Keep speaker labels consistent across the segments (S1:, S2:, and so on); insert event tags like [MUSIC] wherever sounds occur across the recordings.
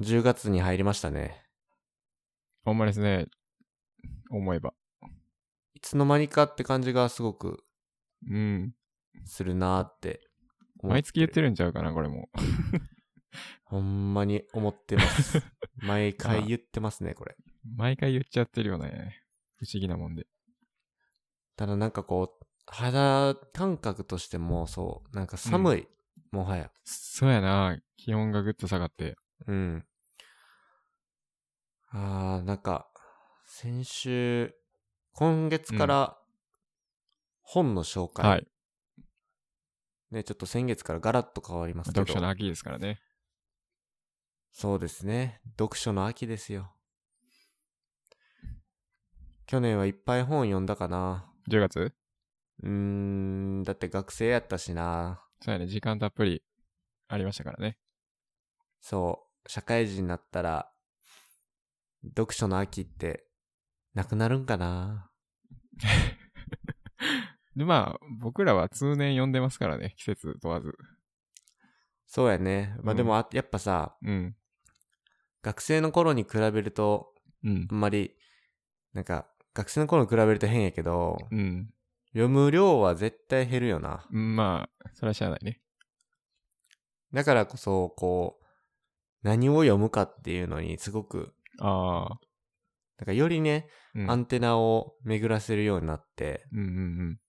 S1: 10月に入りましたね。
S2: ほんまですね。思えば。
S1: いつの間にかって感じがすごく
S2: うん。
S1: するなーって思
S2: 毎月言ってるんちゃうかな、これも。 [LAUGHS]
S1: ほんまに思って
S2: [LAUGHS]
S1: ます。毎回言ってますね、これ。
S2: 毎回言っちゃってるよね。不思議なもんで。
S1: ただなんかこう、肌感覚としてもそう、なんか寒い、もはや。
S2: そうやな。気温がぐっと下がって。
S1: うん。あー、なんか、先週、今月から本の紹介、
S2: はい。
S1: ね、ちょっと先月からガラッと変わりますけ
S2: 読書の
S1: ど、
S2: 秋ですからね。
S1: そうですね、読書の秋ですよ。去年はいっぱい本読んだかな。
S2: 10月
S1: うーん、だって学生やったしな。
S2: そうやね。時間たっぷりありましたからね。
S1: そう、社会人になったら、読書の秋って、なくなるんかな
S2: で、まあ、僕らは通年読んでますからね。季節問わず。
S1: そうやね。ま
S2: う
S1: あ
S2: ん
S1: でも、あやっぱさ、
S2: うん。
S1: 学生の頃に比べると、
S2: うん
S1: あ。んまり、なんか、学生の頃に比べると変やけど、
S2: うん。
S1: 読む量は絶対減るよな。
S2: まあ、それはしゃあないね。
S1: だからこそ、こう、何を読むかっていうのに、すごく、
S2: ああ。
S1: なんかよりね、
S2: うん。
S1: アンテナを巡らせるようになって、
S2: うんうん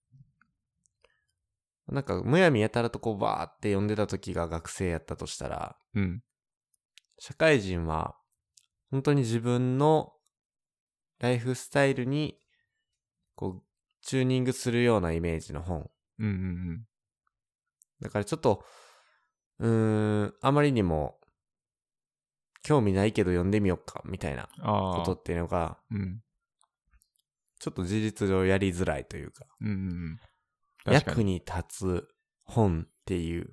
S1: なんか、むやみやたらとこう、バーって読んでた時が学生やったとしたら、
S2: うん。うん。
S1: 社会人は本当に自分のライフスタイルにこうチューニングするようなイメージの本。
S2: うんうん
S1: だからちょっと、うーん、あまりにも興味ないけど読んでみよっかみたいな
S2: うん。あ
S1: こ
S2: あ
S1: と。っていうのが、
S2: うん。
S1: ちょっと事実上やりづらいというか、
S2: うんうんうん。確か
S1: 役に
S2: に。
S1: 立つ本っていう、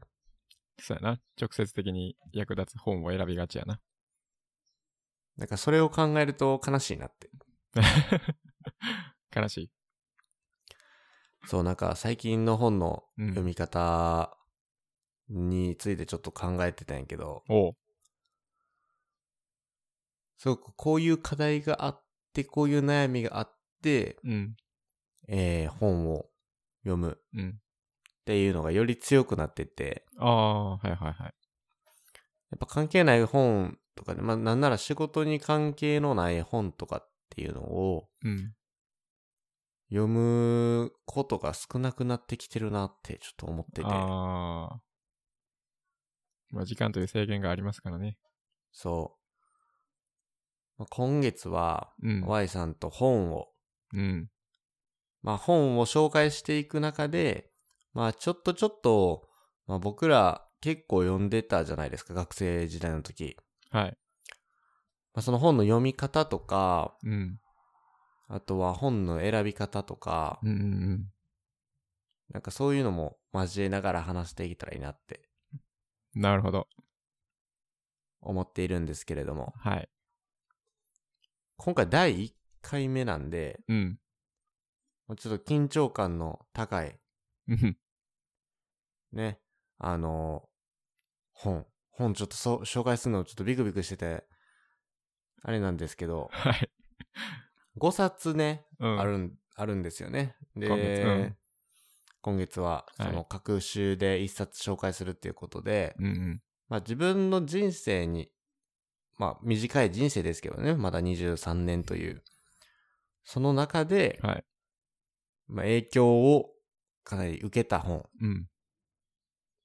S2: そうやな。直接的に役立つ本を選びがちやな。 [LAUGHS]
S1: なんかそれを考えると悲しいなって。
S2: 悲しい。
S1: そう、なんか最近の本の
S2: うん
S1: 読み方についてちょっと考えてたんやけど、
S2: おう。
S1: すごくこういう課題があって、こういう悩みがあって、
S2: うん。
S1: えー本を読むっ
S2: うん。
S1: ていうのがより強くなってって、
S2: ああ、はいはいはい。
S1: やっぱ関係ない本とかね、まあなんなら仕事に関係のない本とかっていうのを
S2: うん。
S1: 読むことが少なくなってきてるなってちょっと思ってて、
S2: ああ。まあ、時間という制限がありますからね。
S1: そう。まあ今月は、
S2: うん。
S1: Y さんと本を
S2: うん。
S1: まあ、本を紹介していく中で、まあ、ちょっとちょっと、まあ、僕ら結構読んでたじゃないですか、学生時代の時。
S2: はい。
S1: まあ、その本の読み方とか、
S2: うん。
S1: あとは本の選び方とか、
S2: うんうん
S1: なんかそういうのも交えながら話していけたらいいなって
S2: うん。なるほど。
S1: 思っているんですけれども、
S2: はい。
S1: 今回第1回目なんで、
S2: うん。
S1: もうちょっと緊張感の高い、
S2: うん。 [LAUGHS]
S1: ね、あの本。本ちょっとそう紹介するのちょっとビクビクしてて、あれなんですけど、
S2: はい。
S1: 5冊ね、
S2: うん。
S1: あるん、あるんですよね。で、
S2: 今
S1: 今
S2: 月
S1: 月,、
S2: うん
S1: は、
S2: はい
S1: その、各週で一冊紹介するっていうことで、
S2: うんうん。
S1: まあ自分の人生に、まあ短い人生ですけどね、まだ23年という、その中で、
S2: はい。
S1: まあ影響をかなり受けた本
S2: うん。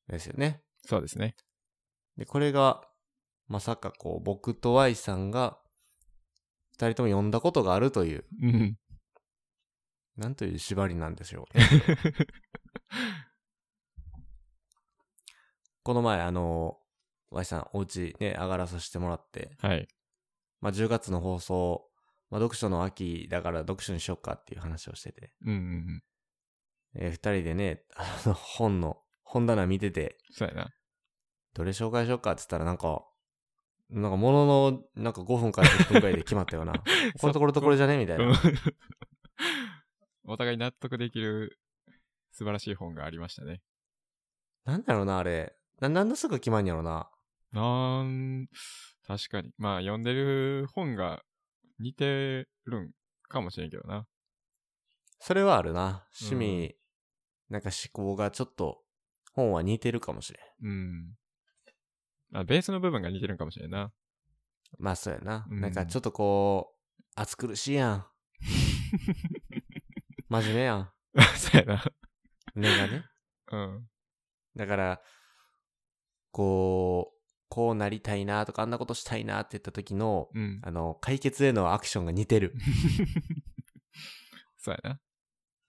S1: ですよね。
S2: そうですね。
S1: で、これが、まさかこう、僕と Y さんが、二人とも読んだことがあるという、
S2: うん。
S1: なんという縛りなんでしょうね。この前、あの、Y さん、お家ね、上がらさせてもらって、
S2: はい。
S1: まあ、10月の放送、まあ、読書の秋だから読書にしよっかっていう話をしてて、
S2: うんうんうん。
S1: えー二人でね、あの、本の、本棚見てて、
S2: そうやな。
S1: どれ紹介しようかって言ったら、なんか、なんか、ものの、なんか5分から10分くらいで決まったような、これとこれとこれじゃねみたいな。
S2: [LAUGHS] お互い納得できる素晴らしい本がありましたね。
S1: なんだろうな、あれ。な、なんですぐ決まんやろな。
S2: なん、確かに。まあ、読んでる本が似てるんかもしれんけどな。
S1: それはあるな。趣味、なんか思考がちょっと、本は似てるかもしれん。
S2: うん。あ、ベースの部分が似てるんかもしれんな。 [LAUGHS]
S1: まあそうやな。
S2: うん
S1: なんかちょっとこう、暑苦しいやん。真面目やん。
S2: そうやな。
S1: 根がね。
S2: うん。
S1: だから、こう、こうなりたいなとか、あんなことしたいなって言った時の、
S2: うん。 [LAUGHS]
S1: あの、解決へのアクションが似てる。
S2: そうやな。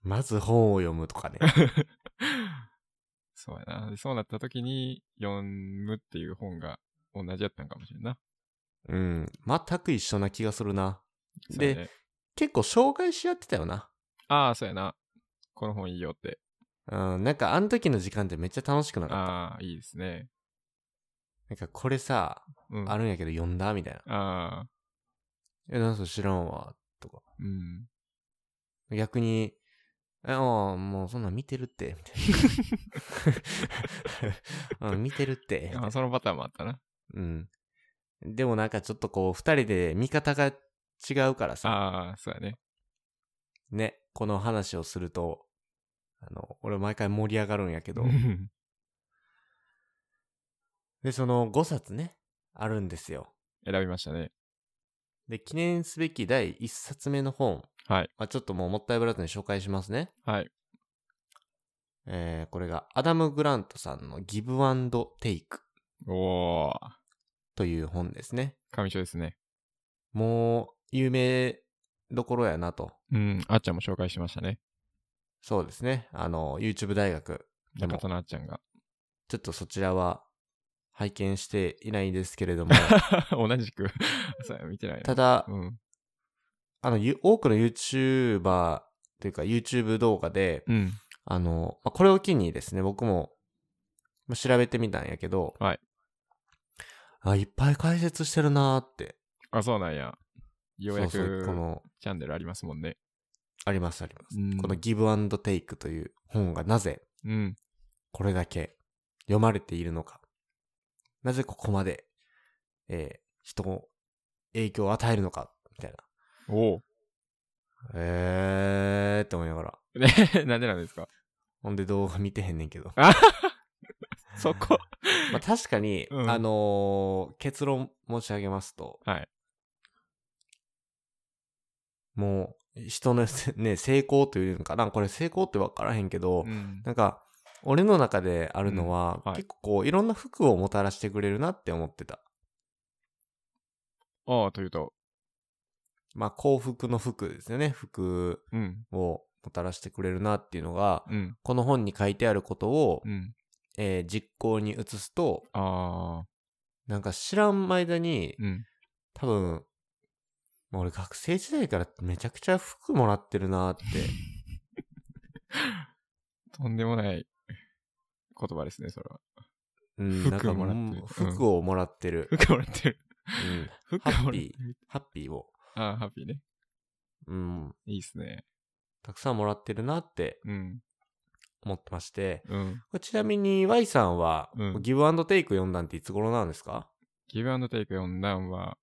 S1: まず本を読むと
S2: [LAUGHS]
S1: かね。
S2: そうやな。でそうなった時に読むっていう本が同じやったんかもしれんな。
S1: うん。全く一緒な気がするな。
S2: そうやね、
S1: 結構紹介し合ってたよな。
S2: ああ、そうやな。この本いいよって。
S1: うん。なんかあの時の時間ってめっちゃ楽しくなかった。
S2: ああ、いいですね。
S1: なんかこれさ、
S2: うん。
S1: あるんやけど読んだみたいな。
S2: ああ、
S1: え、なんす知らんわ。
S2: うん。
S1: 逆に、え、ああ、もうそんなん見てる
S2: [LAUGHS]
S1: って、みたいな。うん見てるって。
S2: あーそのパターンもあったな。
S1: うん。でもなんかちょっとこう、二人で見方が違うからさ、
S2: ああ、そうやね。
S1: ね、この話をすると、あの、俺毎回盛り上がるんやけど
S2: う、ん
S1: で、その5冊ね、あるんですよ。
S2: 選びましたね。
S1: で、記念すべき第1冊目の本、
S2: はい。
S1: まあ、ちょっともうもったいぶらずに紹介しますね。
S2: はい。
S1: えー、これがアダム・グラントさんのギブアンド・テイク
S2: おー、
S1: という本ですね。
S2: 神書ですね。
S1: もう、有名どころやなと。
S2: うん、あっちゃんも紹介しましたね。
S1: そうですね。あの、YouTube 大学。でも
S2: 中田のあっちゃんが。 [LAUGHS]
S1: ちょっとそちらは拝見していないんですけれ
S2: [LAUGHS]
S1: ども、
S2: 同じく。 [LAUGHS] そうや、見てないな。
S1: ただ、
S2: うん。
S1: あの、ゆ多くの YouTuber というか YouTube 動画で、
S2: うん。
S1: あの、まあ、これを機にですね、僕もまあ調べてみたんやけど、
S2: はい
S1: あ、いっぱい解説してるなーって。
S2: あ、そうなんや。ようや
S1: そうそうこ
S2: く、
S1: の、
S2: チャンネルありますもんね。
S1: ありますあります。
S2: うん
S1: この Give and Take という本がなぜ
S2: うん。
S1: これだけ読まれているのか。なぜここまで、えー人を影響を与えるのか、みたいな。
S2: おー。
S1: えーって思いながら。
S2: ね、 [LAUGHS] なんでなんですか
S1: ほんで動画見てへんねんけど。
S2: [LAUGHS] そこ。
S1: まあ確かに、
S2: うん
S1: あのー結論申し上げますと、
S2: はい。
S1: もう、人のせね、成功というのかな、これ成功って分からへんけど、
S2: うん。
S1: なんか、俺の中であるのは、
S2: うんはい
S1: 結構こう、いろんな服をもたらしてくれるなって思ってた。
S2: ああ、というと。
S1: まあ幸福の服ですよね。服
S2: うん。
S1: をもたらしてくれるなっていうのが、
S2: うん。
S1: この本に書いてあることを、
S2: うん。
S1: えー実行に移すと、
S2: ああ。
S1: なんか知らん間に、
S2: うん。
S1: 多分、もう俺学生時代からめちゃくちゃ服もらってるな
S2: [LAUGHS]
S1: って。
S2: とんでもない言葉ですね、それは。 [LAUGHS]
S1: うん、
S2: 服
S1: なんか
S2: もらってる
S1: もう
S2: うん
S1: 服をもらってる。
S2: 服もらってる。
S1: うん、
S2: 服
S1: ハ
S2: もら
S1: ッピ
S2: ってる
S1: ー。、ハッピーを、
S2: ああ、ハッピーね。
S1: うん、
S2: いいっすね。
S1: たくさんもらってるなって
S2: うん。
S1: 思ってまして。
S2: うん。
S1: これちなみに Y さんは、
S2: うん
S1: ギブアンドテイク読んだんっていつ頃なんですか
S2: ギブアンドテイク読んだんは、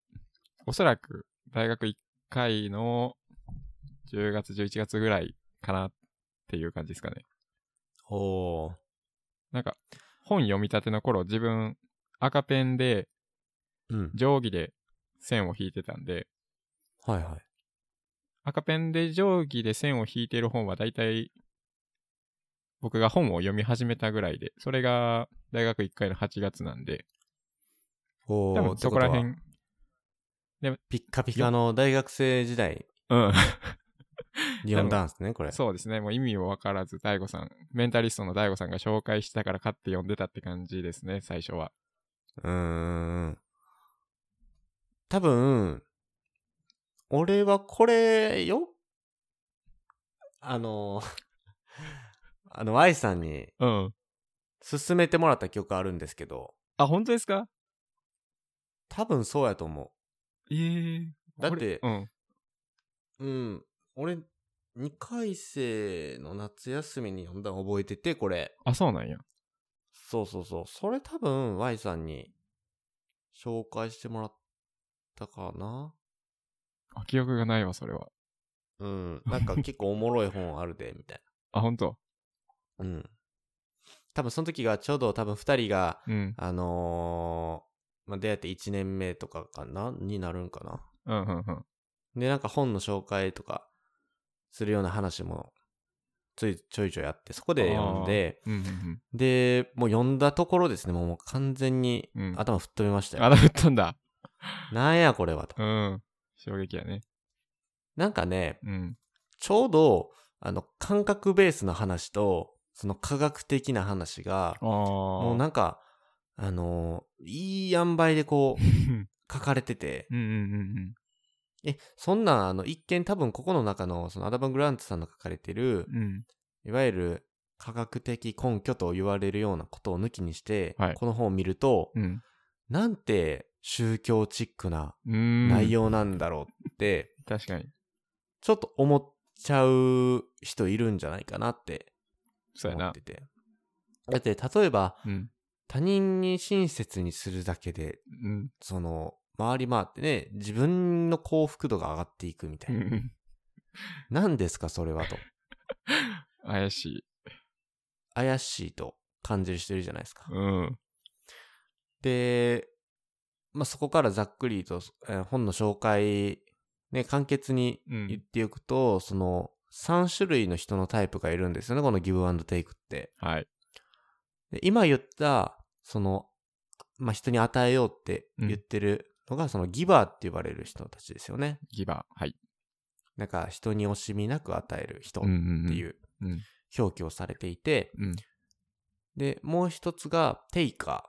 S2: おそらく大学1回の10月、11月ぐらいかなっていう感じですかね。
S1: おー。
S2: なんか、本読み立ての頃、自分、赤ペンで
S1: うん。
S2: 定規で線を引いてたんで、
S1: はいはい。
S2: 赤ペンで定規で線を引いてる本は大体、僕が本を読み始めたぐらいで、それが大学1回の8月なんで、
S1: お
S2: 多分そこら
S1: ってとは
S2: 辺、
S1: ピッカピカの大学生時代
S2: うん、
S1: に読んだんですね、これ。
S2: そうですね。もう意味を分からず、大悟さん、メンタリストの大悟さんが紹介したから買って読んでたって感じですね、最初は。
S1: うーん。多分、俺はこれよ、あの、 [LAUGHS] あの、Y さんに
S2: うん。
S1: 勧めてもらった記憶あるんですけど、
S2: あ、本当ですか
S1: 多分そうやと思
S2: ええ
S1: だって
S2: うん。
S1: う。うん。俺、2回生の夏休みに読んだの覚えてて、これ。
S2: あ、そうなんや。
S1: そうそうそう。それ多分 Y さんに紹介してもらったかな
S2: あ、記憶がないわ、それは。
S1: うん。なんか結構おもろい本あるで、みたい
S2: あ、ほんと。
S1: な。うん。多分その時がちょうど多分二人が、
S2: うん。
S1: あのーまあ、出会って1年目とかかなになるんかな。
S2: うん、うん、うん。
S1: で、なんか本の紹介とかするような話もちょいちょいちょいあって、そこで読んで、
S2: うん、うん、
S1: で、もう読んだところですね、もうもう完全に
S2: うん。うん。
S1: 頭吹っ飛びましたよ。
S2: あ、だったんだ。
S1: なんやこれはと。
S2: うん。衝撃やね。
S1: なんかね、
S2: うん。
S1: ちょうど、あの、感覚ベースの話と、その科学的な話が、
S2: ああ。も
S1: もうなんか、あのーいい塩梅でこう、
S2: [LAUGHS] うん、
S1: 書かれてて、
S2: うん、うん、
S1: え、そんなん、あの、一見多分ここの中の、そのアダバン・グラントさんの書かれてる
S2: う、ん。うん。
S1: いわゆる科学的根拠と言われるようなことを抜きにして、
S2: はい
S1: この本を見ると、
S2: うん。
S1: なんて宗教チックな
S2: うーん。
S1: 内。容なんだろうって、
S2: 確かに。
S1: ちょっと思っちゃう人いるんじゃないかなって
S2: そうや
S1: 思
S2: な
S1: っ。てて。だって、例えば、
S2: うん。
S1: 他人に親切にするだけで、
S2: うん。
S1: その、回り回ってね、自分の幸福度が上がっていくみた
S2: う
S1: いな。
S2: ん
S1: 何ですか、それはと。
S2: 怪しい。
S1: 怪しいと感じる人いるじゃないですか。
S2: うん。
S1: で、まあ、そこからざっくりと、えー本の紹介、ね、簡潔に
S2: う
S1: 言っ
S2: ん。
S1: ていくと、その3種類の人のタイプがいるんですよね、このギブアンドテイクって。
S2: はい。
S1: で今言った、その、まあ、人に与えようって言ってるのが、そのギバーって呼ばれる人たちですよね。
S2: ギバー。はい。
S1: なんか人に惜しみなく与える人っ
S2: うんうん
S1: ていう
S2: うんうん
S1: 表記をされていて、
S2: うん。
S1: で、もう一つがテイカ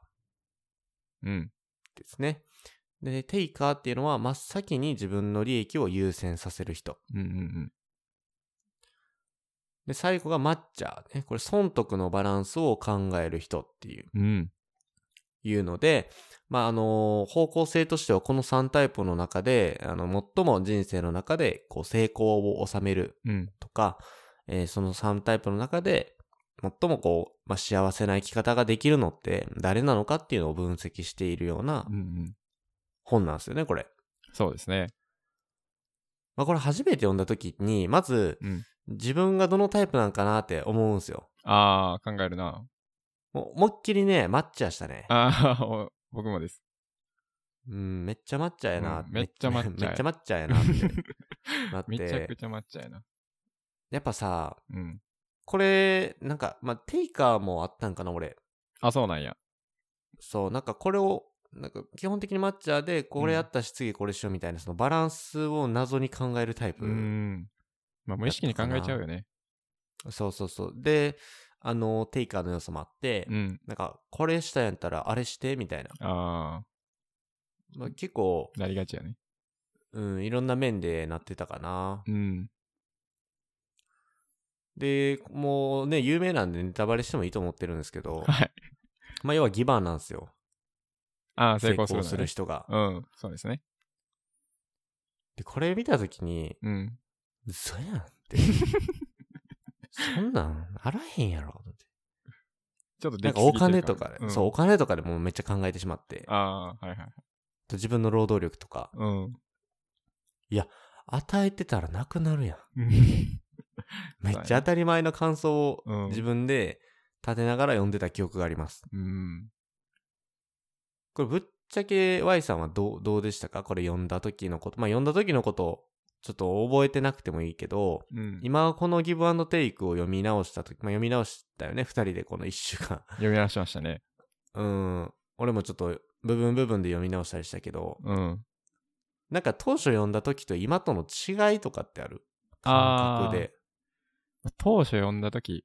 S1: ー。
S2: うん。
S1: ですね。で、テイカーっていうのは真っ先に自分の利益を優先させる人。
S2: うん。うん。
S1: で、最後がマッチャーね。これ、損得のバランスを考える人っていう
S2: うん。うん。
S1: いうので、まあ、あの方向性としてはこの3タイプの中で、あの、最も人生の中で、こう、成功を収める
S2: うん。
S1: とか、えーその3タイプの中で、最もこう、まあ、幸せな生き方ができるのって誰なのかっていうのを分析しているような
S2: うんうん。
S1: 本なんですよね、これ。
S2: そうですね。
S1: まあ、これ初めて読んだ時に、まず、
S2: うん。
S1: 自分がどのタイプなんかなって思うんすよ。
S2: ああ、考えるな。
S1: もう思いっきりね、マッチャーしたね。
S2: ああ、お [LAUGHS] 僕もです。
S1: うん、めっちゃマッチャーやな。
S2: うんめっちゃマッチャーや
S1: めっちゃマッチャーやなってなっ
S2: めちゃ
S1: て
S2: く。ちゃ抹茶やな。
S1: やっぱさ、
S2: うん。
S1: これ、なんか、まあ、テイカーもあったんかな、俺。
S2: あ、そうなんや。
S1: そう、なんかこれを、なんか基本的にマッチャーで、これやったし、次これしようみたいな、そのバランスを謎に考えるタイプ。
S2: うん。まあ、無意識に考えちゃうよね。
S1: そうそうそう。で、あの、テイカーの要素もあって、
S2: うん。
S1: なんか、これしたんやったら、あれして、みたいな。
S2: あ
S1: まあ、結構、
S2: あ、なりがちやね。
S1: うん、いろんな面でなってたかな。
S2: うん。
S1: で、もうね、有名なんでネタバレしてもいいと思ってるんですけど、
S2: はい。
S1: まあ要はギバーなんですよ。
S2: ああ、成功する,、
S1: 成る人が。
S2: うん。そうですね。
S1: で、これ見たときに、
S2: うん。
S1: 嘘やん
S2: [LAUGHS]
S1: って。そんなん、あらへんやろ。って
S2: ちょっと
S1: な
S2: で
S1: ん
S2: き
S1: か
S2: すぎ
S1: お
S2: てるら
S1: 金とかね、そう、お金とかでもめっちゃ考えてしまって、あ
S2: ああ、はいはい。
S1: と自分の労働力とか、 [LAUGHS]
S2: うん。
S1: 与えてたらなくなるやん。めっちゃ当たり前の感想
S2: う
S1: を
S2: ん
S1: 自分で立てながら読んでた記憶があります。
S2: うん。
S1: これぶっちゃけ Y さんはどうどうでしたかこれ読んだ時のこと。まあ読んだ時のこと、ちょっと覚えてなくてもいいけど、
S2: うん。
S1: 今このギブアンドテイクを読み直した時、まあ読み直したよね、二人でこの一週間。 [LAUGHS]
S2: 読み直しましたね。
S1: うん。俺もちょっと部分部分で読み直したりしたけど、
S2: うん。
S1: なんか当初読んだ時と今との違いとかってある感覚で。
S2: 当初読んだとき、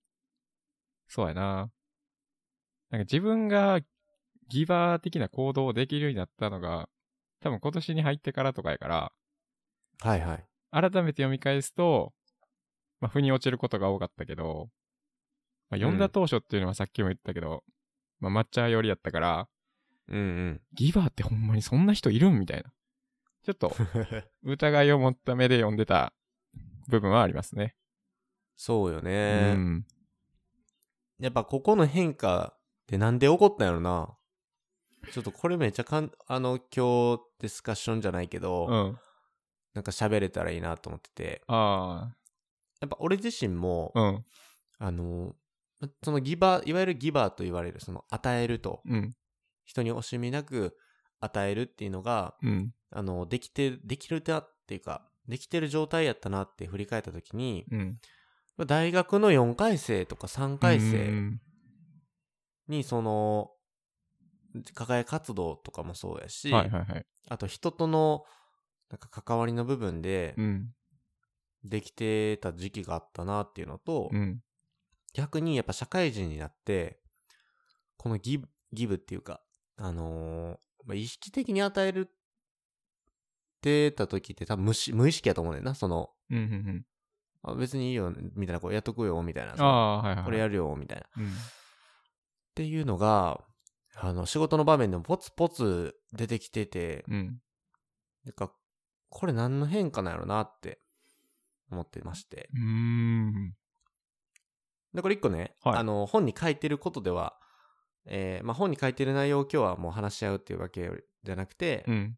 S2: そうやな。なんか自分がギバー的な行動をできるようになったのが、多分今年に入ってからとかやから、
S1: はいはい。
S2: 改めて読み返すと、まあ、腑に落ちることが多かったけど、まあ、読んだ当初っていうのはさっきも言ったけど、まあ、抹茶寄りやったから、
S1: うん
S2: [LAUGHS]
S1: うん。
S2: ギバーってほんまにそんな人いるんみたいな。ちょっと疑いを持った目で読んでた部分はありますね。
S1: そうよ
S2: う
S1: ね、
S2: ん。
S1: やっぱここの変化ってなんで起こったんやろな。ちょっとこれめっちゃかん、あの、今日ディスカッションじゃないけど、
S2: うん。
S1: なんか喋れたらいいなと思ってて、
S2: あ
S1: やっぱ俺自身も、
S2: あ。うん。
S1: あの、そのギバー、いわゆるギバーと言われる、その与えると、
S2: うん。
S1: 人に惜しみなく与えるっていうのが、
S2: うん。
S1: あの、できて、できるなっていうか、できてる状態やったなって振り返った時に、
S2: うん。
S1: 大学の4回生とか3回生に、その、課外活動とかもそうや
S2: う
S1: し、
S2: ん。はいはいはい。
S1: あと人との、なんか関わりの部分で
S2: う、ん。
S1: できてた時期があったなっていうのと、
S2: うん。
S1: 逆にやっぱ社会人になって、このギブ、ギブっていうか、あのーまあ、意識的に与えるってた時って多分無し無意識やと思うねんな、その、
S2: うん。うん。
S1: あ別にいいよ、みたいな、これやっとくよ、みたいな
S2: あ、あ、はいはいはい。
S1: これやるよ、みたいな。っ
S2: うん。
S1: ていうのが、あの、仕事の場面でもポツポツ出てきてて、
S2: うん。
S1: なんか、これ何の変化なんやろなって思ってまして。
S2: うーん。
S1: で、これ一個ね、
S2: はい
S1: あの、本に書いてることでは、えーまあ、本に書いてる内容を今日はもう話し合うっていうわけじゃなくて、
S2: うん。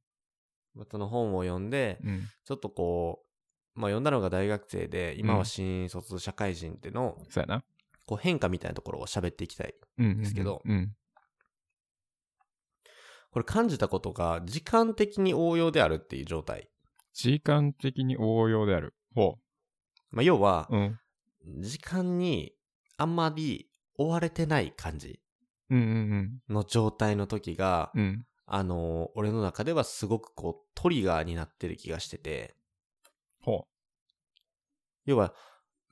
S1: まあその本を読んで、
S2: うん。
S1: ちょっとこう、まあ、読んだのが大学生で、今は新卒社会人っての、
S2: そうやな。
S1: こう変化みたいなところを喋っていきたい。
S2: うんうん。
S1: ですけど
S2: うん。
S1: これ感じたことが時間的に応用であるっていう状態。
S2: 時間的に応用である。ほ
S1: まあ、要は
S2: う。、うん。
S1: 時間にあんまり追われてない感じ
S2: うんうん
S1: の状態の時が、
S2: うん。うん。
S1: あのー俺の中ではすごくこうトリガーになってる気がしてて、
S2: ほ
S1: 要は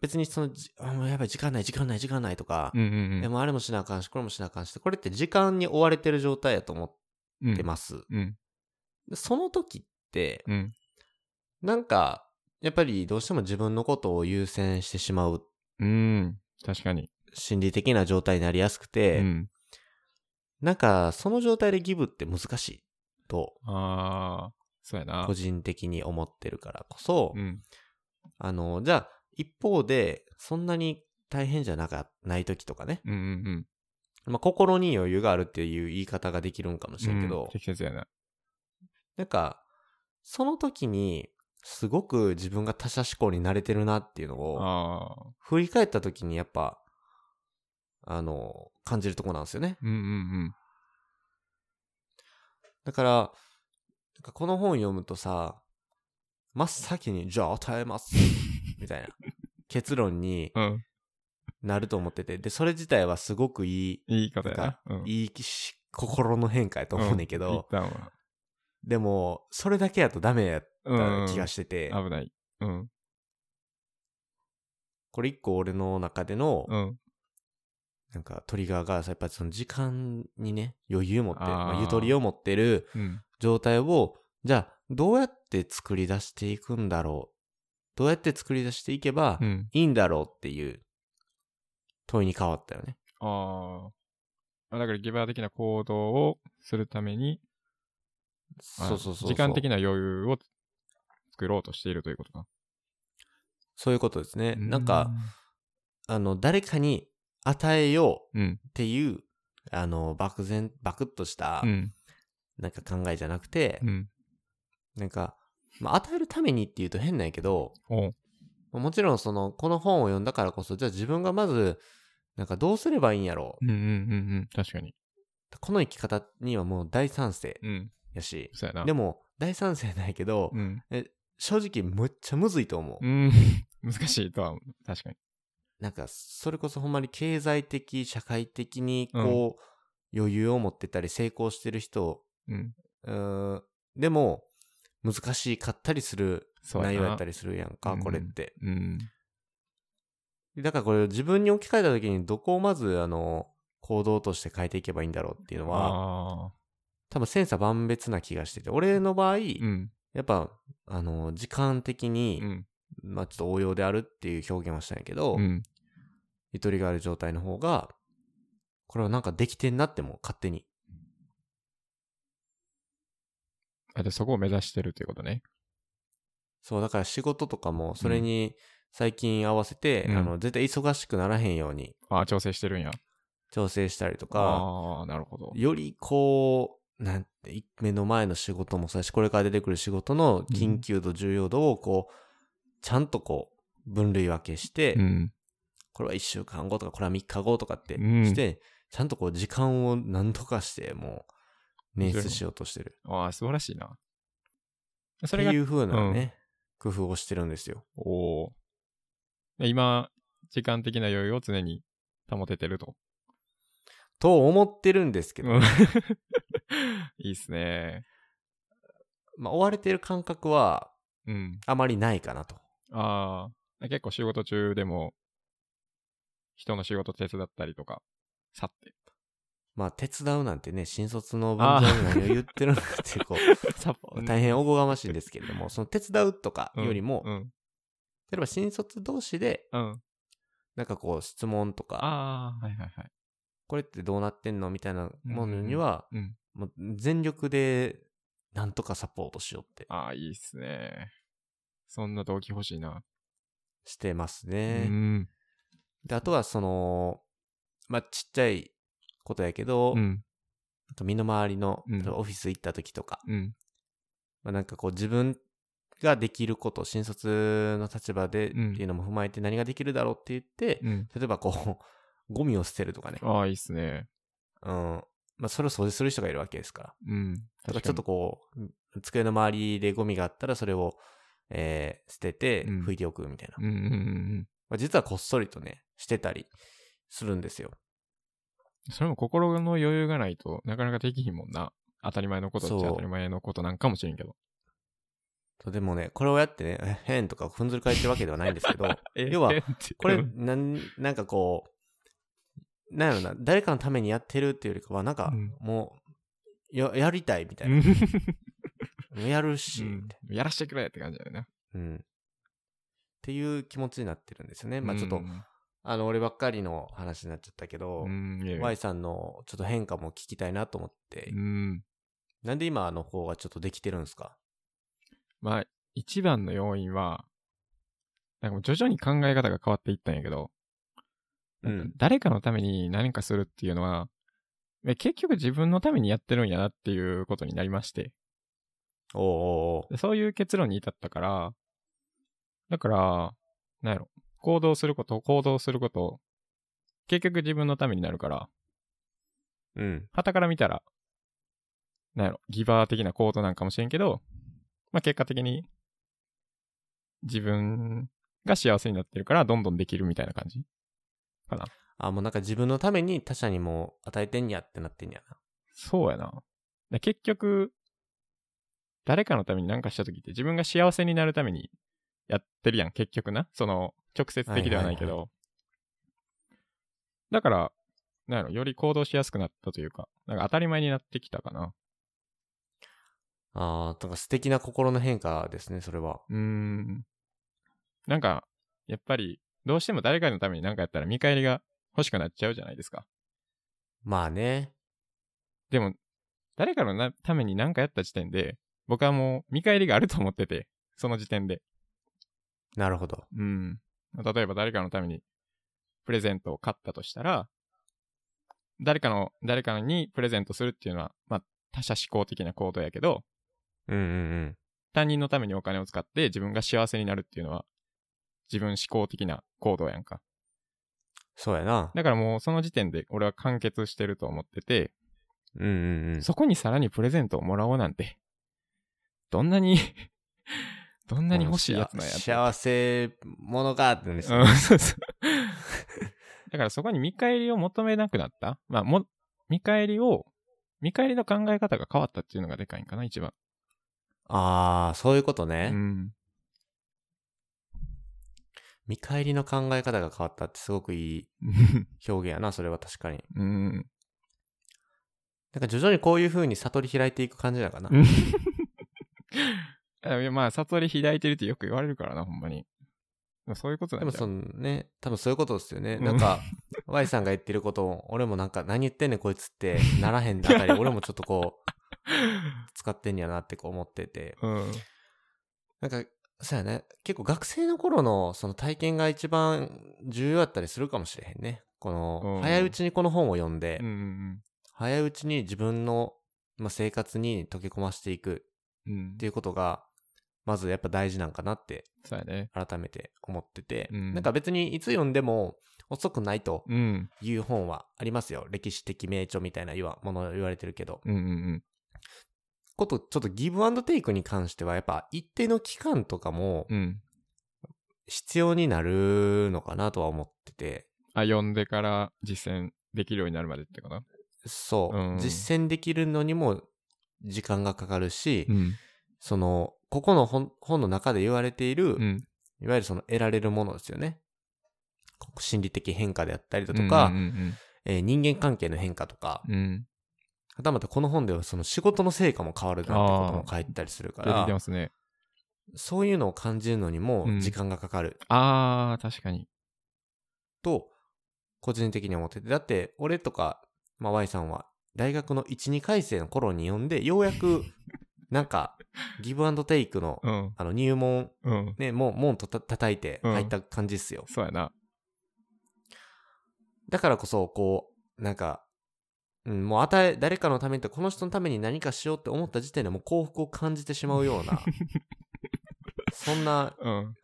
S1: 別にそのじ、あもうやばい時間ない時間ない時間ないとか
S2: う。、うんうん
S1: でもうあれもしなあかんし、これもしなあかんし、これって時間に追われてる状態やと思
S2: うん。
S1: ってます。
S2: す。うん。
S1: でその時って、
S2: うん。
S1: なんか、やっぱりどうしても自分のことを優先してしまう
S2: うん。確かに。
S1: 心理的な状態になりやすくて、
S2: うん。
S1: なんかその状態でギブって難しいと
S2: ああ、そうやな
S1: 個。人的に思ってるからこそ、
S2: うん。
S1: あの、じゃあ、一方で、そんなに大変じゃなかない時とかね。
S2: うんうんうん。
S1: まあ、心に余裕があるっていう言い方ができるんかもしれんけど、
S2: うん適切やな。
S1: なんか、その時に、すごく自分が他者思考に慣れてるなっていうのを、
S2: ああ。
S1: 振り返った時にやっぱ、あの、感じるとこなんですよね。
S2: うんうん
S1: だから、なんかこの本読むとさ、真っ先に、じゃあ与えます。みたいな結論に
S2: うん。うん。
S1: なると思ってて、で、それ自体はすごくいい
S2: いい方やな。うん。
S1: いいし心の変化やと思うねんけ
S2: 一
S1: ど、
S2: 旦は。
S1: でも、それだけやとダメやっ
S2: う
S1: た
S2: ん。
S1: 気がしてて、
S2: 危ない。うん。
S1: これ一個俺の中での、
S2: うん。
S1: なんかトリガーが、やっぱりその時間にね、余裕持ってる、
S2: あー
S1: まあゆとりを持ってる
S2: うん。
S1: 状態を、じゃあ、どうやって作り出していくんだろう。どうやって作り出していけば
S2: う、ん。
S1: いいんだろうっていう問いに変わったよね。
S2: ああ。だからギバー的な行動をするために、
S1: そ
S2: あ
S1: うそうそうそう。
S2: 時間的な余裕を作ろうとしているということか。
S1: そういうことですね。なんか、あの、誰かに与えよう
S2: うん、
S1: っていう、あの、漠然、バクッとした
S2: う、ん。
S1: なんか考えじゃなくて
S2: う、ん。
S1: なんか、まあ、与えるためにっていうと変なんやけど、
S2: おう
S1: もちろんその、この本を読んだからこそ、じゃあ自分がまず、なんかどうすればいいんやろう。
S2: うんうんうんうん。確かに。
S1: この生き方にはもう大賛成
S2: うん。
S1: やし、
S2: そうやな。
S1: でも、大賛成なんやけど
S2: う、ん。
S1: 正直むっちゃむずいと思う
S2: う。ん。 [LAUGHS] 難しいとは思う、確かに。
S1: なんか、それこそほんまに経済的、社会的に、こう、余裕を持ってたり、成功してる人、
S2: うん。
S1: うーんでも、難しかったりする
S2: そうやな
S1: 内容やったりするやんか、
S2: うん
S1: これって。
S2: うん。
S1: だからこれ自分に置き換えた時にどこをまず、あの、行動として変えていけばいいんだろうっていうのは、
S2: ああ。
S1: 多分千差万別な気がしてて、俺の場合、
S2: うん。
S1: やっぱ、あの、時間的に、
S2: うん。
S1: まあちょっと応用であるっていう表現をしたんやけど、
S2: うん。
S1: ゆとりがある状態の方が、これはなんかできてんなってもう勝手に。
S2: あ、で、そこを目指してるということね。
S1: そう、だから仕事とかも、それに最近合わせて、
S2: うん
S1: あの、絶対忙しくならへんように
S2: ああ、調整してるんや。
S1: 調整したりとか、
S2: ああ、なるほど。
S1: よりこなんて、い目の前の仕事もそうだし、これから出てくる仕事の緊急度、重要度をこう、ちゃんとこう、分類分けして、
S2: うん。
S1: これは1週間後とか、これは3日後とかって
S2: うん
S1: して、ちゃんとこう、時間を何とかして、もう、捻出しようとしてる。
S2: ああ、素晴らしいな。そ
S1: って
S2: れが
S1: いう風なね、工夫をしてるんですよ。
S2: おお。で今、時間的な余裕を常に保ててると。
S1: と思ってるんですけど、
S2: うん [LAUGHS] いいっすね。
S1: まあ、追われてる感覚は、
S2: うん。
S1: あまりないかなと。
S2: ああ。結構仕事中でも、人の仕事手伝ったりとか、さって。
S1: まあ、手伝うなんてね、新卒の文章に何を言ってるのかっていう、こ [LAUGHS]
S2: さっ [LAUGHS]
S1: う、大変おこがましいんですけれども、その手伝うとかよりも、
S2: うん。
S1: 例えば新卒同士で、
S2: うん。
S1: なんかこう、質問とか、
S2: ああ、はいはいはい。
S1: これってどうなってんのみたいなものには、
S2: うん。
S1: もう全力で、なんとかサポートしようって
S2: ああ、いいっすね。そんな動機欲しいな。
S1: してます
S2: う
S1: ね。
S2: ん。
S1: で、あとはその、まあ、ちっちゃいことやけど、
S2: うん。
S1: あと身の回りの、
S2: うん
S1: 例えばオフィス行った時とか、
S2: うん。
S1: まあ、なんかこう自分ができること、新卒の立場でって
S2: うん
S1: いうのも踏まえて何ができるだろうって言って、
S2: うん。
S1: 例えばこう、 [LAUGHS] ゴミを捨てるとかね、うん。
S2: ああ、いいっすね。
S1: まあ、それを掃除する人がいるわけですから。
S2: うん。
S1: だから
S2: 確
S1: ちょっと
S2: に
S1: こう、机の周りでゴミがあったらそれを、えー捨てて
S2: うん
S1: 拭いておくみたいな。
S2: うんうんうんうん。
S1: まあ、実はこっそりとね、してたりするんですよ。
S2: それも心の余裕がないとなかなかできひんもんな。当たり前のことっち
S1: そ
S2: ゃ
S1: う
S2: 当たり前のことなんかもしれんけど。
S1: そうでもね、これをやってね、え変とかふんずり返ってるわけではないんですけど、要は
S2: えー
S1: こ
S2: う
S1: れ、
S2: ん
S1: なん、なんかこう、なんやろな、誰かのためにやってるっていうよりかは、なんか
S2: うん、
S1: もう、や、やりたいみたいな。もうやるし、
S2: う
S1: み
S2: ん
S1: たい
S2: やらしてくれって感じだよね。
S1: なうん。っていう気持ちになってるんですよね。まあ
S2: うん
S1: ちょっと、あの、俺ばっかりの話になっちゃったけど
S2: う、ん、いやいや
S1: Y さんのちょっと変化も聞きたいなと思って
S2: う、ん。
S1: なんで今の方がちょっとできてるんですか
S2: まあ、一番の要因は、なんかもう徐々に考え方が変わっていったんやけど、
S1: うん
S2: なんか誰かのために何かするっていうのは、え結局自分のためにやってるんやなっていうことになりまして、
S1: おうおうおう
S2: でそういう結論に至ったから、だから、なんやろ、行動すること、行動すること、結局自分のためになるから、
S1: うん。
S2: 旗から見たら、なんやろ、ギバー的な行動なんかもしれんけど、まあ結果的に、自分が幸せになってるから、どんどんできるみたいな感じかな。
S1: あ、もうなんか自分のために他者にも与えてんやってなってんやな。
S2: そうやな。で結局、誰かのために何かした時って自分が幸せになるためにやってるやん、結局な。その、直接的ではないけど。
S1: はい
S2: だから、なんやろ、より行動しやすくなったというか、なんか当たり前になってきたかな。
S1: ああ、なんか素敵な心の変化ですね、それは。
S2: うーん。なんか、やっぱり、どうしても誰かのために何かやったら見返りが欲しくなっちゃうじゃないですか。
S1: まあね。
S2: でも、誰かのなために何かやった時点で、僕はもう見返りがあると思ってて、その時点で。
S1: なるほど。
S2: うん。例えば誰かのためにプレゼントを買ったとしたら、誰かの、誰かにプレゼントするっていうのは、まあ、他者思考的な行動やけど、
S1: うんうんうん。
S2: 他人のためにお金を使って自分が幸せになるっていうのは、自分思考的な行動やんか。
S1: そうやな。
S2: だからもうその時点で俺は完結してると思ってて、
S1: うんうんうん。
S2: そこにさらにプレゼントをもらおうなんて、どんなに、 [LAUGHS] どんなに欲しいやつなんや
S1: うん
S2: と
S1: 幸せ者かってね。
S2: うん、そうそう。 [LAUGHS] だからそこに見返りを求めなくなった。まあ、も、見返りを、見返りの考え方が変わったっていうのがでかいんかな、一番。
S1: ああ、そういうこと
S2: う
S1: ね、 [LAUGHS]
S2: ん。
S1: 見返りの考え方が変わったってすごくいい表現やな、それは確かに。
S2: うん。
S1: なんか徐々にこういう風に悟り開いていく感じだかな。
S2: うん [LAUGHS] あいやまあ、悟り開いてるってよく言われるからな、ほんまに。まあそういうことな
S1: で
S2: ん
S1: も
S2: じゃ
S1: そうのね、多分そういうことですよね。
S2: うん
S1: なんか、Y さんが言ってることを、俺もなんか何言ってんねんこいつってならへん
S2: [LAUGHS]
S1: だったり、俺もちょっとこう、使ってんやなってこう思ってて。
S2: うん。
S1: なんか、そうやね。結構学生の頃のその体験が一番重要だったりするかもしれへんね。この、
S2: うん
S1: 早いうちにこの本を読んで、
S2: うんうん
S1: 早いうちに自分のまあ、生活に溶け込ませていく
S2: うん
S1: っ。ていうことが、まずやっぱ大事なんかなって
S2: そうやね。
S1: 改めて思ってて、
S2: うん
S1: なんか別にいつ読んでも遅くないと
S2: うん。
S1: いう本はありますよ。歴史的名著みたいな言わもの言われてるけど。
S2: うんうんうん。
S1: こと、ちょっとギブアンドテイクに関してはやっぱ一定の期間とかも
S2: うん。
S1: 必要になるのかなとは思ってて、
S2: あ、読んでから実践できるようになるまでってこと
S1: そう、
S2: うん
S1: 実践できるのにも時間がかかるし、
S2: ん。
S1: その、ここの本本の中で言われている、
S2: うん。
S1: いわゆるその得られるものですよね。こう心理的変化であったりだとか、
S2: うん
S1: えー人間関係の変化とか、
S2: うんうん。うん。
S1: はたまたこの本ではその仕事の成果も変わるなんてことも書いてたりするか
S2: 出てきて
S1: ら
S2: ま、すね。
S1: そういうのを感じるのにも時間がかかる
S2: あー、確かに。
S1: と、個人的に思ってて。だって、俺とか、まあ、Y さんは、大学の1、2回生の頃に読んで、ようやく、
S2: [LAUGHS]
S1: なんか、ギブアンドテイクの、
S2: うん。
S1: あの、入門、
S2: うん。
S1: ね、もう、門とた叩いて入った感じっすよ。
S2: そうやな。
S1: だからこそ、こう、なんか、うん、もう与え、誰かのためにって、この人のために何かしようって思った時点でもう幸福を感じてしまうよ
S2: [LAUGHS]
S1: うな、そんな、
S2: うん。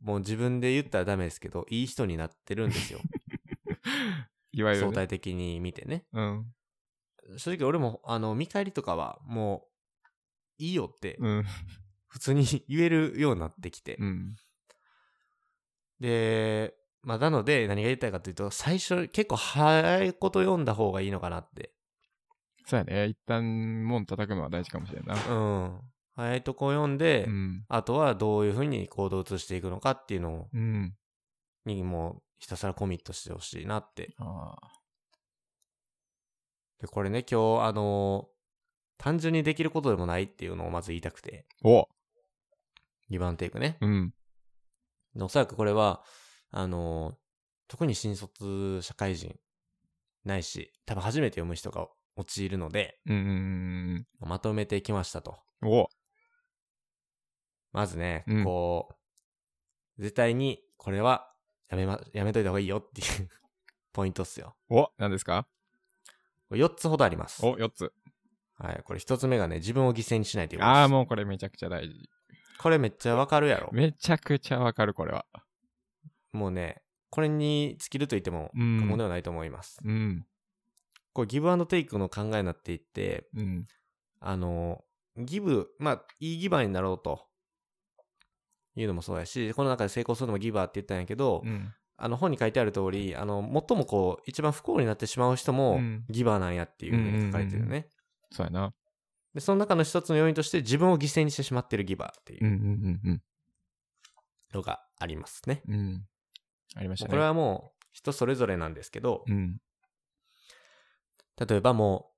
S1: もう自分で言ったらダメですけど、いい人になってるんですよ。
S2: いわゆる
S1: 相
S2: ね。
S1: 対的に見てね。
S2: うん。
S1: 正直俺も、あの、見返りとかは、もう、いいよって、
S2: うん。
S1: 普通に [LAUGHS] 言えるようになってきて。
S2: うん。
S1: で、まあ、なので、何が言いたいかというと、最初、結構早いこと読んだ方がいいのかなって。
S2: そうやね。一旦、門叩くのは大事かもしれんな。
S1: うん。早いとこ読んで、
S2: うん。
S1: あとはどういうふうに行動を移していくのかっていうの
S2: うん。
S1: にもうひたすらコミットしてほしいなって。
S2: ああ。
S1: で、これね、今日、あの単純にできることでもないっていうのをまず言いたくて、
S2: お
S1: 2番テイクね。
S2: うん。
S1: でおそらくこれは、あの特に新卒社会人ないし、多分初めて読む人が陥るので、
S2: うんうん
S1: まとめてきましたと。
S2: うん。お
S1: まずね、
S2: うん
S1: こう、絶対にこれはやめま、やめといた方がいいよっていう [LAUGHS] ポイントっすよ。
S2: お何ですか
S1: 4つほどあります。
S2: お ?4 つ。
S1: はい、これ一つ目がね、自分を犠牲にしないということです。
S2: ああ、もうこれめちゃくちゃ大事。
S1: これめっちゃわかるやろ。
S2: めちゃくちゃわかる、これは。
S1: もうね、これに尽きると言っても
S2: うん
S1: 過言ではないと思います。
S2: うん。
S1: これギブアンドテイクの考えになっていって、
S2: うん。
S1: あの、ギブ、まあ、いいギバーになろうと。いうのもそうやし、この中で成功するのもギバーって言ったんやけど、
S2: うん。
S1: あの本に書いてある通り、あの、最もこう、一番不幸になってしまう人も
S2: うん
S1: ギバーなんやっていうふうに書かれてる
S2: うんうんう
S1: ね。
S2: そうやな。
S1: で、その中の一つの要因として自分を犠牲にしてしまってるギバーっていう
S2: うんうん
S1: のがありますね。
S2: うん。うん。ありましたね。
S1: これはもう人それぞれなんですけど
S2: う、ん。
S1: 例えばも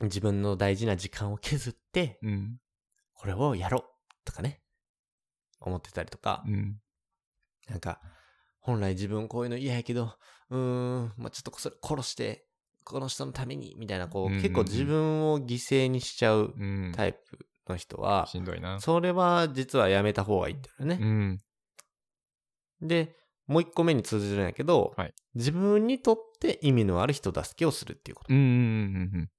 S1: う自分の大事な時間を削って、
S2: うん。
S1: これをやろうとかね、思ってたりとか
S2: う、ん。
S1: なんか、本来自分こういうの嫌やけど、うーん、まあ、ちょっとそれ殺して、この人のために、みたいな、こ
S2: うん
S1: う、
S2: うんうん
S1: 結構自分を犠牲にしちゃう
S2: うん。
S1: タイプの人は、
S2: しんどいな。
S1: それは実はやめた方がいいっていう
S2: う
S1: ね。
S2: ん。
S1: で、もう一個目に通じるんやけど、
S2: はい
S1: 自分にとって意味のある人助けをするっていうこと。
S2: うんうんうん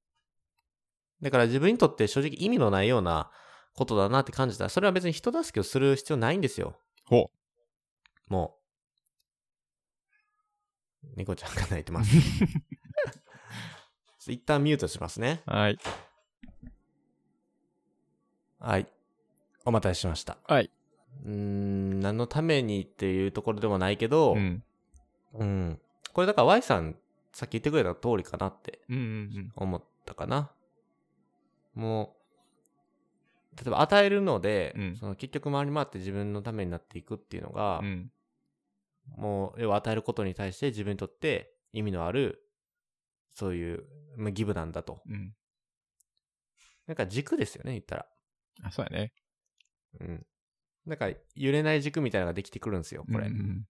S1: だから自分にとって正直意味のないようなことだなって感じたら、それは別に人助けをする必要ないんですよ。
S2: ほ
S1: もう。猫ちゃんが泣いてます。一旦ミュートしますね。
S2: うん。 [LAUGHS] はい。
S1: はい。お待たせしました。
S2: はい。
S1: うーん、何のためにっていうところでもないけど、
S2: う
S1: うん。
S2: ん。
S1: これだから Y さん、さっき言ってくれた通りかなって
S2: うんうん
S1: 思ったかな。もう、例えば与えるので、
S2: うん
S1: その結局回り回って自分のためになっていくっていうのが、
S2: うん。うん。
S1: もう、要は与えることに対して自分にとって意味のある、そういう、まあ、ギブなんだと。
S2: うん。
S1: なんか軸ですよね、言ったら。
S2: あ、そうやね。
S1: うん。なんか揺れない軸みたいなのができてくるんですよ、これ。
S2: うんうん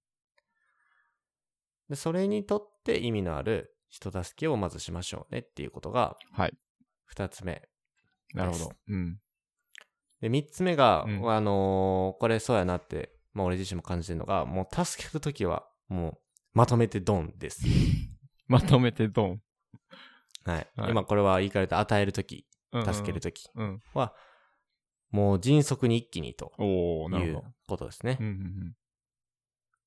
S1: で、それにとって意味のある人助けをまずしましょうねっていうことが、
S2: はい。
S1: 二つ目。
S2: なるほど。うん。
S1: で、三つ目が、
S2: うん
S1: あのーこれそうやなって、まあ俺自身も感じてるのが、もう助けると
S2: [LAUGHS]
S1: きは、もう、まとめてドンです。
S2: まとめてドン。
S1: はい。
S2: はい
S1: 今これは言い換えると与えるとき、
S2: うんうん
S1: 助けるとき
S2: うん。
S1: は、もう迅速に一気にと
S2: おお
S1: い
S2: なるほ
S1: う
S2: ど。
S1: ことですね
S2: う。んうん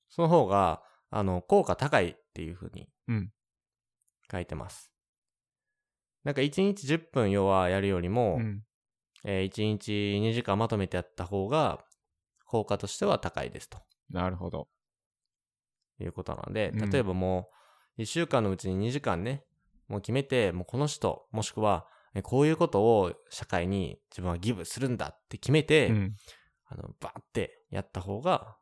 S1: その方が、あの、効果高いっていうふうに
S2: うん
S1: 書いてます。なんか1日10分要はやるよりも、
S2: うん。うん。
S1: え1日2時間まとめてやった方が、効果としては高いですと
S2: なるほど。
S1: いうことなので、
S2: うん
S1: 例えばもう、1週間のうちに2時間ね、もう決めて、もうこの人、もしくは、えこういうことを社会に自分はギブするんだって決めて、
S2: うん。
S1: あの、バーってやった方が、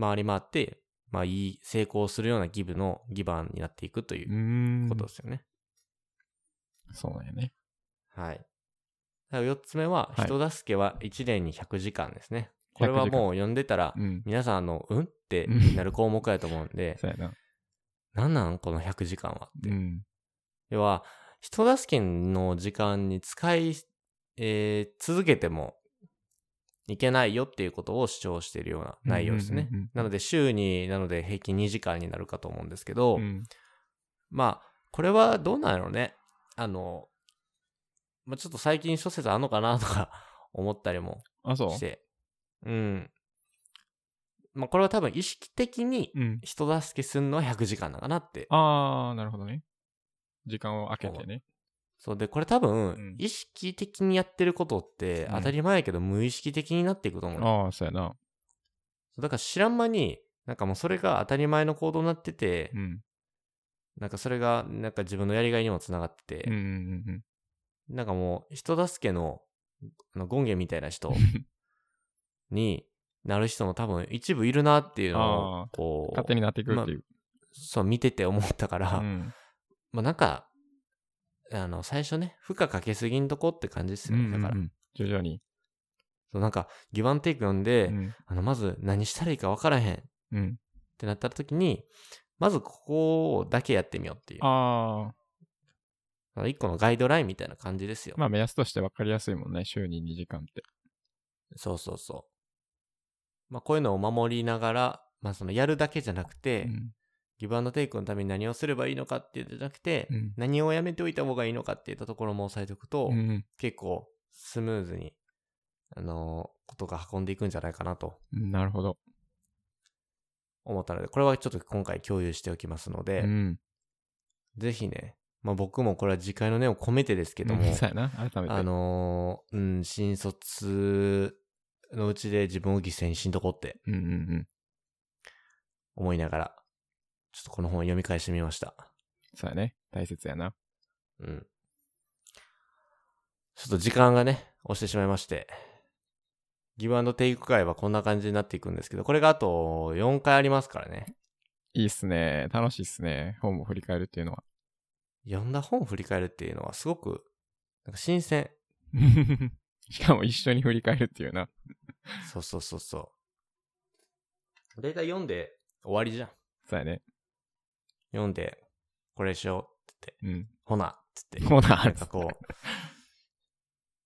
S1: 回り回って、まあいい、成功するようなギブの、ギバーになっていくというう
S2: ーん。
S1: ことですよね。
S2: そうなんやね。
S1: はい。だから4つ目は、
S2: はい
S1: 人助けは1年に100時間ですね。これはもう読んでたら、
S2: うん。
S1: 皆さん、あの、うんってなる項目やと思うん [LAUGHS] で、
S2: そうやな。
S1: なんなんこの100時間はって。
S2: うん。
S1: 要は、人助けの時間に使い、えー続けてもいけないよっていうことを主張しているような内容ですね
S2: うんうんうんうん。
S1: なので、週に、なので平均2時間になるかと思うんですけど、
S2: うん
S1: まあ、これはどうなんやろうね。あの、まあ、ちょっと最近諸説あんのかなとか [LAUGHS] 思ったりも
S2: あ、そ
S1: して。うん。まあ、これは多分意識的に
S2: ううん。
S1: 人助けするのは100時間なのかなって。
S2: あー、なるほどね。時間を空けてね。
S1: そうで、これ多
S2: うん
S1: 分、意識的にやってることって
S2: うん
S1: 当たり前やけど無意識的になっていくと思うの。
S2: あー、そうやな。
S1: だから知らん間に、なんかもうそれが当たり前の行動になってて、
S2: うん。
S1: なんかそれが、なんか自分のやりがいにもつながってて、
S2: うんうんうん
S1: なんかもう、人助けの、あの、ゴンゲみたいな
S2: [LAUGHS]
S1: 人になる人も多分一部いるなっていうのを
S2: あー、う
S1: こう、
S2: ん。勝手になっていくっていう。
S1: そう見てて思ったから、
S2: うん。
S1: まあなんか、あの、最初ね、負荷かけすぎんとこって感じですよね。だから、
S2: うんうんうん徐々に。
S1: そうなんか、ギブアンテイク読んで、
S2: うん
S1: あの、まず何したらいいか分からへんっ
S2: うん。
S1: てなった時に、まずここだけやってみようっていう。
S2: あ
S1: あの一個のガイドラインみたいな感じですよ。
S2: ー、まあ目安として分かりやすいもんね。週に2時間って。
S1: そうそうそう。まあ、こういうのを守りながら、まあ、そのやるだけじゃなくて、
S2: うん
S1: ギブアンドテイクのために何をすればいいのかっていうんじゃなくて、
S2: うん
S1: 何をやめておいた方がいいのかっていったところも押さえておくと、
S2: うん
S1: 結構スムーズに、あのーことが運んでいくんじゃないかなと
S2: うん。なるほど。
S1: 思ったので、これはちょっと今回共有しておきますので、
S2: うん。
S1: ぜひね、まあ、僕もこれは次回の念を込めてですけど
S2: う
S1: も
S2: ん、そうやな。改めて。
S1: あのーうん、新卒のうちで自分を犠牲にしんとこって
S2: うんうんうん。
S1: 思いながら、ちょっとこの本を読み返してみました。
S2: そうやね。大切やな。
S1: うん。ちょっと時間がね、押してしまいまして、ギブアンドテイク会はこんな感じになっていくんですけど、これがあと4回ありますからね。
S2: いいっすね。楽しいっすね。本を振り返るっていうのは。 [LAUGHS]
S1: 読んだ本を振り返るっていうのはすごく、なんか新鮮。
S2: しかも一緒に振り返るっていうな。
S1: そうそうそうそう。だいたい読んで終わりじゃん。
S2: そうやね。
S1: 読んで、これしようってって、
S2: うん。
S1: ほな、つって。
S2: ほな
S1: なんかこう、 [LAUGHS]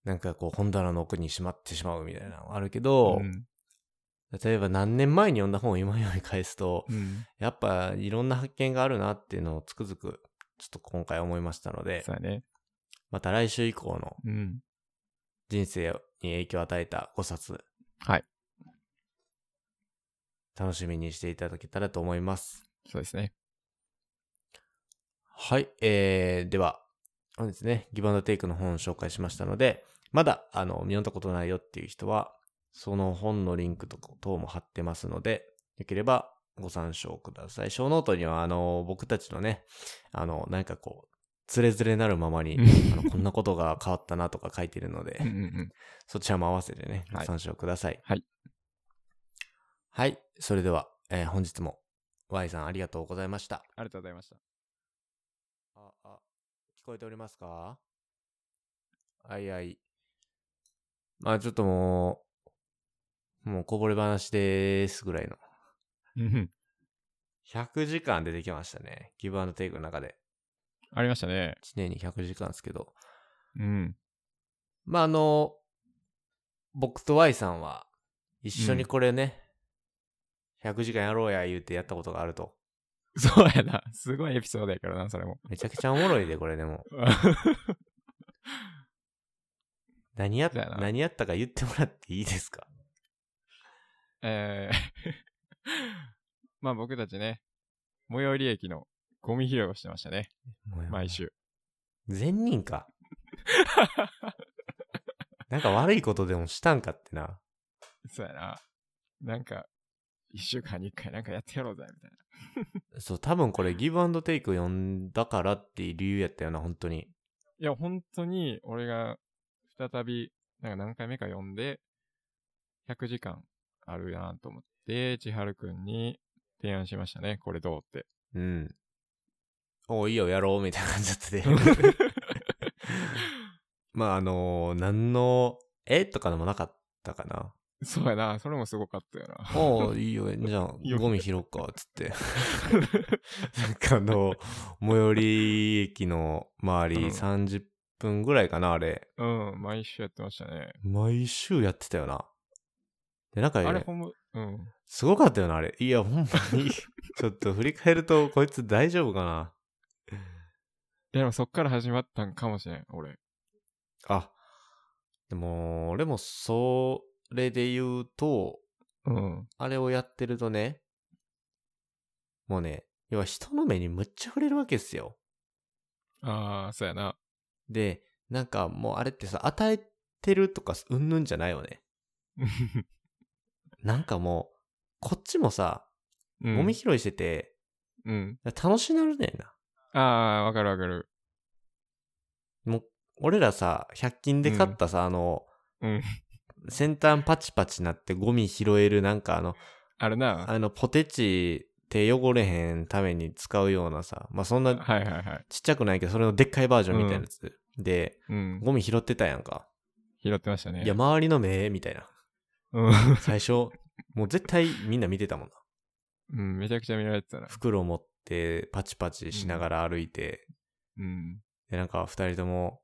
S1: なんかこう本棚の奥にしまってしまうみたいなのあるけど、
S2: ん。
S1: 例えば何年前に読んだ本を今読み返すと、
S2: うん。
S1: やっぱいろんな発見があるなっていうのをつくづく、ちょっと今回思いましたので
S2: そ、うやね。
S1: また来週以降の
S2: うん。
S1: 人生に影響を与えた5冊、
S2: はい。
S1: 楽しみにしていただけたらと思います。
S2: そうですね。
S1: はい、えー、では、本日ね、ギブアンドテイクの本を紹介しましたので、まだ、あの、見読んだことないよっていう人は、その本のリンクとか等も貼ってますので、よければご参照ください。小ノートには、あの、僕たちのね、あの、なんかこう、つれづれなるままに
S2: うん、
S1: あのこんなことが変わったなとか書いてるの
S2: [LAUGHS] うんう
S1: で、
S2: んうん。
S1: そちらも合わせてね、
S2: は
S1: ご
S2: い
S1: 参照ください。
S2: はい。
S1: はい、それでは、えー本日も Y さんありがとうございました。
S2: ありがとうございました。
S1: あ、あ、聞こえておりますかはいはい。まあちょっともう、もうこぼれ話ですぐらいの。
S2: うん。
S1: 100時間出てきましたね。ギブアンドテイクの中で。
S2: ありましたね。
S1: 1年に100時間ですけど。
S2: うん。
S1: まああの、僕と Y さんは一緒にこれね、100時間やろうや言うてやったことがあると。
S2: そうやな。すごいエピソードやからな、それも。 [LAUGHS]
S1: めちゃくちゃおもろいで、これでも。何やっ
S2: そうやな
S1: 何やったか言ってもらっていいですか
S2: えー [LAUGHS] まあ僕たちね、最寄り駅のゴミ拾いをしてましたね、毎。週。
S1: 善人 [LAUGHS] か。なんか悪いことでもしたんかってな。
S2: [LAUGHS] そうやな。なんか、一週間に一回なんかやってやろうぜ、みたいな。
S1: そう、多分これギブアンドテイク読んだからっていう理由やったよな、本当に。
S2: いや、本当に俺が再び、なんか何回目か読んで、100時間あるなと思って、千春くんに提案しましたね、これどう
S1: [LAUGHS]
S2: って。
S1: うん。おいいよ、やろう、みたいな感じだったで。 [LAUGHS] まあ、あのー何の、えとかでもなかったかな。
S2: そうやな、それもすごかったよな。
S1: おーいいよ、じゃあ
S2: いい、よ
S1: ゴミ拾おうか、つ [LAUGHS] って。なんかあの、最寄り駅の周り
S2: うん
S1: 30分ぐらいかな、あれ。
S2: うん、毎週やってましたね。
S1: 毎週やってたよな。で、なんか、
S2: あれほんま、うん。
S1: すごかったよな、あれ。いや、ほんまに。 [LAUGHS] ちょっと振り返ると、こいつ大丈夫かな。
S2: いやでもそっから始まったんかもしれん、俺。
S1: あ、でも、俺もそれで言うと、
S2: うん。
S1: あれをやってるとね、もうね、要は人の目にむっちゃ触れるわけですよ。
S2: ああ、そう
S1: [LAUGHS]
S2: やな。
S1: で、なんかもうあれってさ、与えてるとかうんぬんじゃないよね。なんかもう、こっちもさ、
S2: うん
S1: ゴミ拾いしてて、
S2: うん。
S1: 楽しなるねんな。
S2: ああ、わかるわかる。
S1: 俺らさ、100均で買ったさ、あの、
S2: うん
S1: 先端パチパチなってゴミ拾えるなんかあの、
S2: あれな。
S1: あのポテチ手汚れへんために使うようなさ、まあそんな
S2: はいはいはい。
S1: ちっちゃくないけど、それのでっかいバージョンみたいなやつ。で、
S2: うん。
S1: ゴミ拾ってたやんか。
S2: 拾ってましたね。
S1: いや、周りの目、みたいな。
S2: うん。 [LAUGHS]
S1: 最初、もう絶対みんな見てたもんな。
S2: うん、めちゃくちゃ見られてたな。
S1: 袋持ってパチパチしながら歩いて、
S2: うん。、
S1: で、なんか二人とも、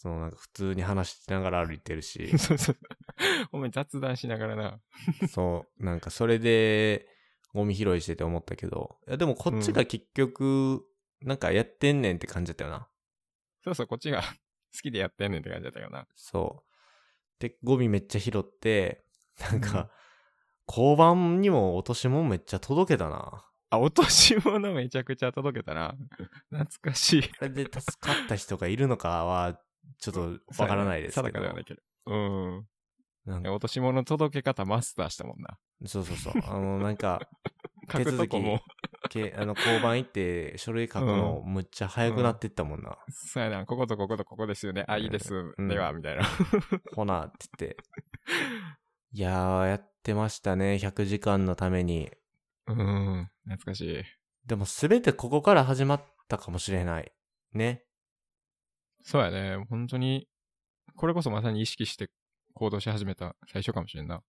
S1: そのなんか普通に話しながら歩いてるし
S2: そうそう。 [LAUGHS] お前雑談しながらな。 [LAUGHS]
S1: そう、なんかそれでゴミ拾いしてて思ったけど、いやでもこっちが結局、なんかやってんねんって感じだったよな。
S2: そうそう、こっちが [LAUGHS] 好きでやってんねんって感じだったよな。
S1: そう。で、ゴミめっちゃ拾って、なんか、交番にも落とし物めっちゃ届けたな。
S2: あ、落とし物めちゃくちゃ届けたな。 [LAUGHS] 懐かしい。
S1: あれで助かった人がいるのかは、ちょっとわからないですけ
S2: 定か
S1: ど
S2: で。はないけど。うん。
S1: なん
S2: い
S1: か
S2: や落とし物届け方マスターしたもんな。
S1: そうそうそう。あの、なんか、
S2: 書くとこも。 [LAUGHS]
S1: けあの交番行って書類書くのむっちゃ早くなってったもんな。
S2: そうやな、こことこことここですよね。あ、いいです。
S1: うん
S2: では、みたい
S1: [LAUGHS]
S2: な。
S1: ほなって言って。いやー、やってましたね。100時間のために。
S2: うん、懐かしい。
S1: でも全てここから始まったかもしれない。ね。
S2: そうやね、本当に、これこそまさに意識して行動し始めた最初かもしれんな。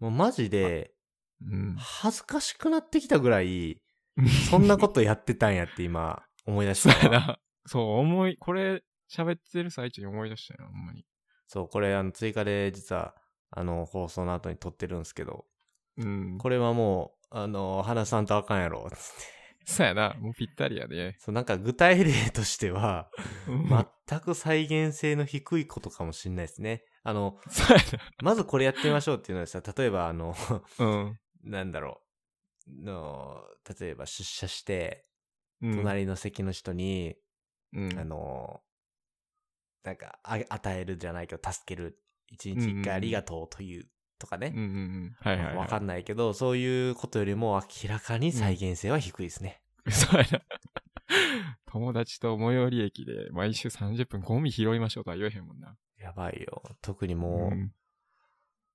S1: もうマジで、
S2: うん。
S1: 恥ずかしくなってきたぐらい、 [LAUGHS] そんなことやってたんやって今、思い出したわ。
S2: そうやな。 [LAUGHS] そう、思い、これ、喋ってる最中に思い出したよな、ほんまに。
S1: そう、これ、あの、追加で、実は、あの、放送の後に撮ってるんですけど、
S2: うん。
S1: これはもう、あの、話さんとあかんやろ、 [LAUGHS] つって。
S2: そうやな、もうぴったりやで。
S1: そう、なんか具体例としては、
S2: うん [LAUGHS]
S1: 全く再現性の低いことかもしれないですね。あの、
S2: そう
S1: まずこれやってみましょうっていうのはさ、例えば、あの、 [LAUGHS]
S2: やな。うん
S1: なんだろう、の、例えば出社して、
S2: うん。
S1: 隣の席の人に、
S2: うん。
S1: あの、なんか、あ与えるじゃないけど、助ける。一日一回ありがとうという、とかね。
S2: うんうんうん。はいはい、はい。
S1: わかんないけど、そういうことよりも明らかに再現性は低いですね。
S2: そうやな。 [LAUGHS] 友達と最寄り駅で毎週30分ゴミ拾いましょうとは言えへんもんな。
S1: やばいよ。特にもう、
S2: ん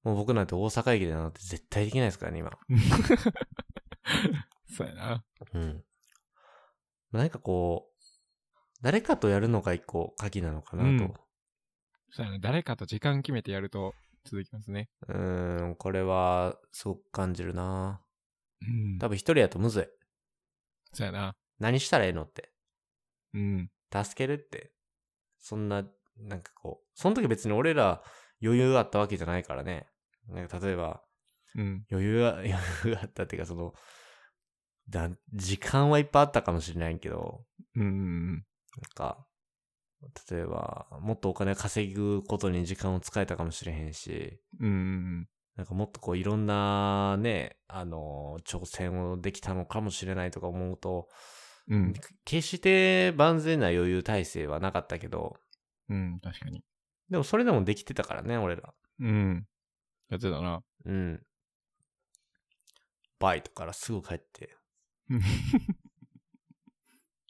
S1: もう僕なんて大阪駅でなんて絶対できないですからね、今。
S2: そうやな。
S1: うん。何かこう、誰かとやるのが一個鍵なのかなと。
S2: そうやな。誰かと時間決めてやると続きますね。
S1: うーん、これはすごく感じるな
S2: うん
S1: 多分一人やとむずい。
S2: そうやな。
S1: 何したらええのって。
S2: うん。
S1: 助けるって。そんな、なんかこう、その時別に俺ら余裕あったわけじゃないからね。なんか例えば、
S2: うん。
S1: [LAUGHS] 余裕が、余裕があったっていうか、その、だ時間はいっぱいあったかもしれないけど、
S2: うんうん
S1: なんか、例えば、もっとお金稼ぐことに時間を使えたかもしれへんし、
S2: うん。うんうん
S1: なんかもっとこういろんなね、あの、挑戦をできたのかもしれないとか思うと、
S2: うん。うん。
S1: 決して万全な余裕体制はなかったけど、
S2: うん、確かに。
S1: でもそれでもできてたからね、俺ら。
S2: うん。やってたな。
S1: うん。バイトからすぐ帰って。
S2: うん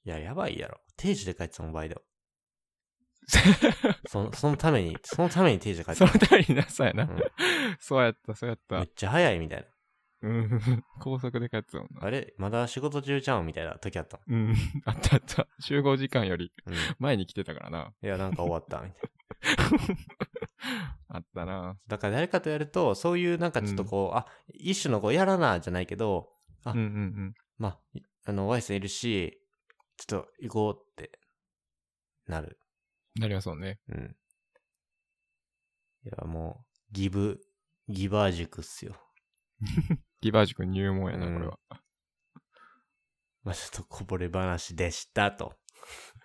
S1: いや、やばいやろ。定時で帰ってたもん、バイト。
S2: [LAUGHS]
S1: その、そのために、そのために定時で帰って
S2: そ
S1: た
S2: の。通りな、そうやな。
S1: うん
S2: そうやった、そうやっ
S1: め
S2: た
S1: っ。ちゃ早いみたい
S2: うん。高速で帰ってたもん
S1: な。
S2: な。
S1: あれまだ仕事中ちゃうんみたいな時あったも
S2: うん。あったあった。集合時間より
S1: ん。うん、い
S2: 前に来てたからな。
S1: や、なんか終わった、みたいな。
S2: あったな。
S1: だから誰かとやると、そういうなんかちょっとこう、あ、一種のこう、やらな、じゃないけど、あ
S2: うんうんうん。
S1: まあ、いあの、Y さんいるし、ちょっと行こうって、なる。
S2: なりますもんね。
S1: うん。いや、もう、ギブ、ギバー塾っすよ。
S2: ギバー塾入門やな、
S1: うん
S2: これは。
S1: まあ、ちょっとこぼれ話でしたと。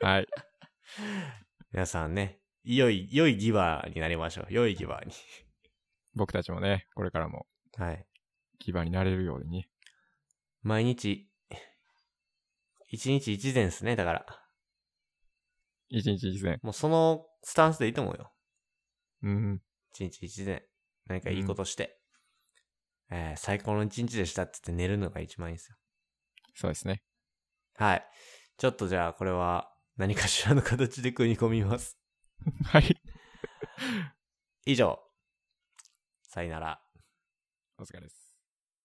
S2: はい。
S1: 皆さんね、良い、良いギバーになりましょう。良いギバーに。
S2: 僕たちもね、これからも
S1: はい。
S2: ギバーになれるようにね。
S1: 毎日、一日一善ですね。だから、
S2: 一日一善。
S1: もうそのスタンスでいいと思うよ。
S2: うん。
S1: 一日一善。何かいいことして、えー最高の一日でしたって言って寝るのが一番いいですよ。
S2: そうですね。
S1: はい。ちょっとじゃあ、これは何かしらの形で組み込みます。
S2: はい。
S1: 以上、さよなら。
S2: お疲れです。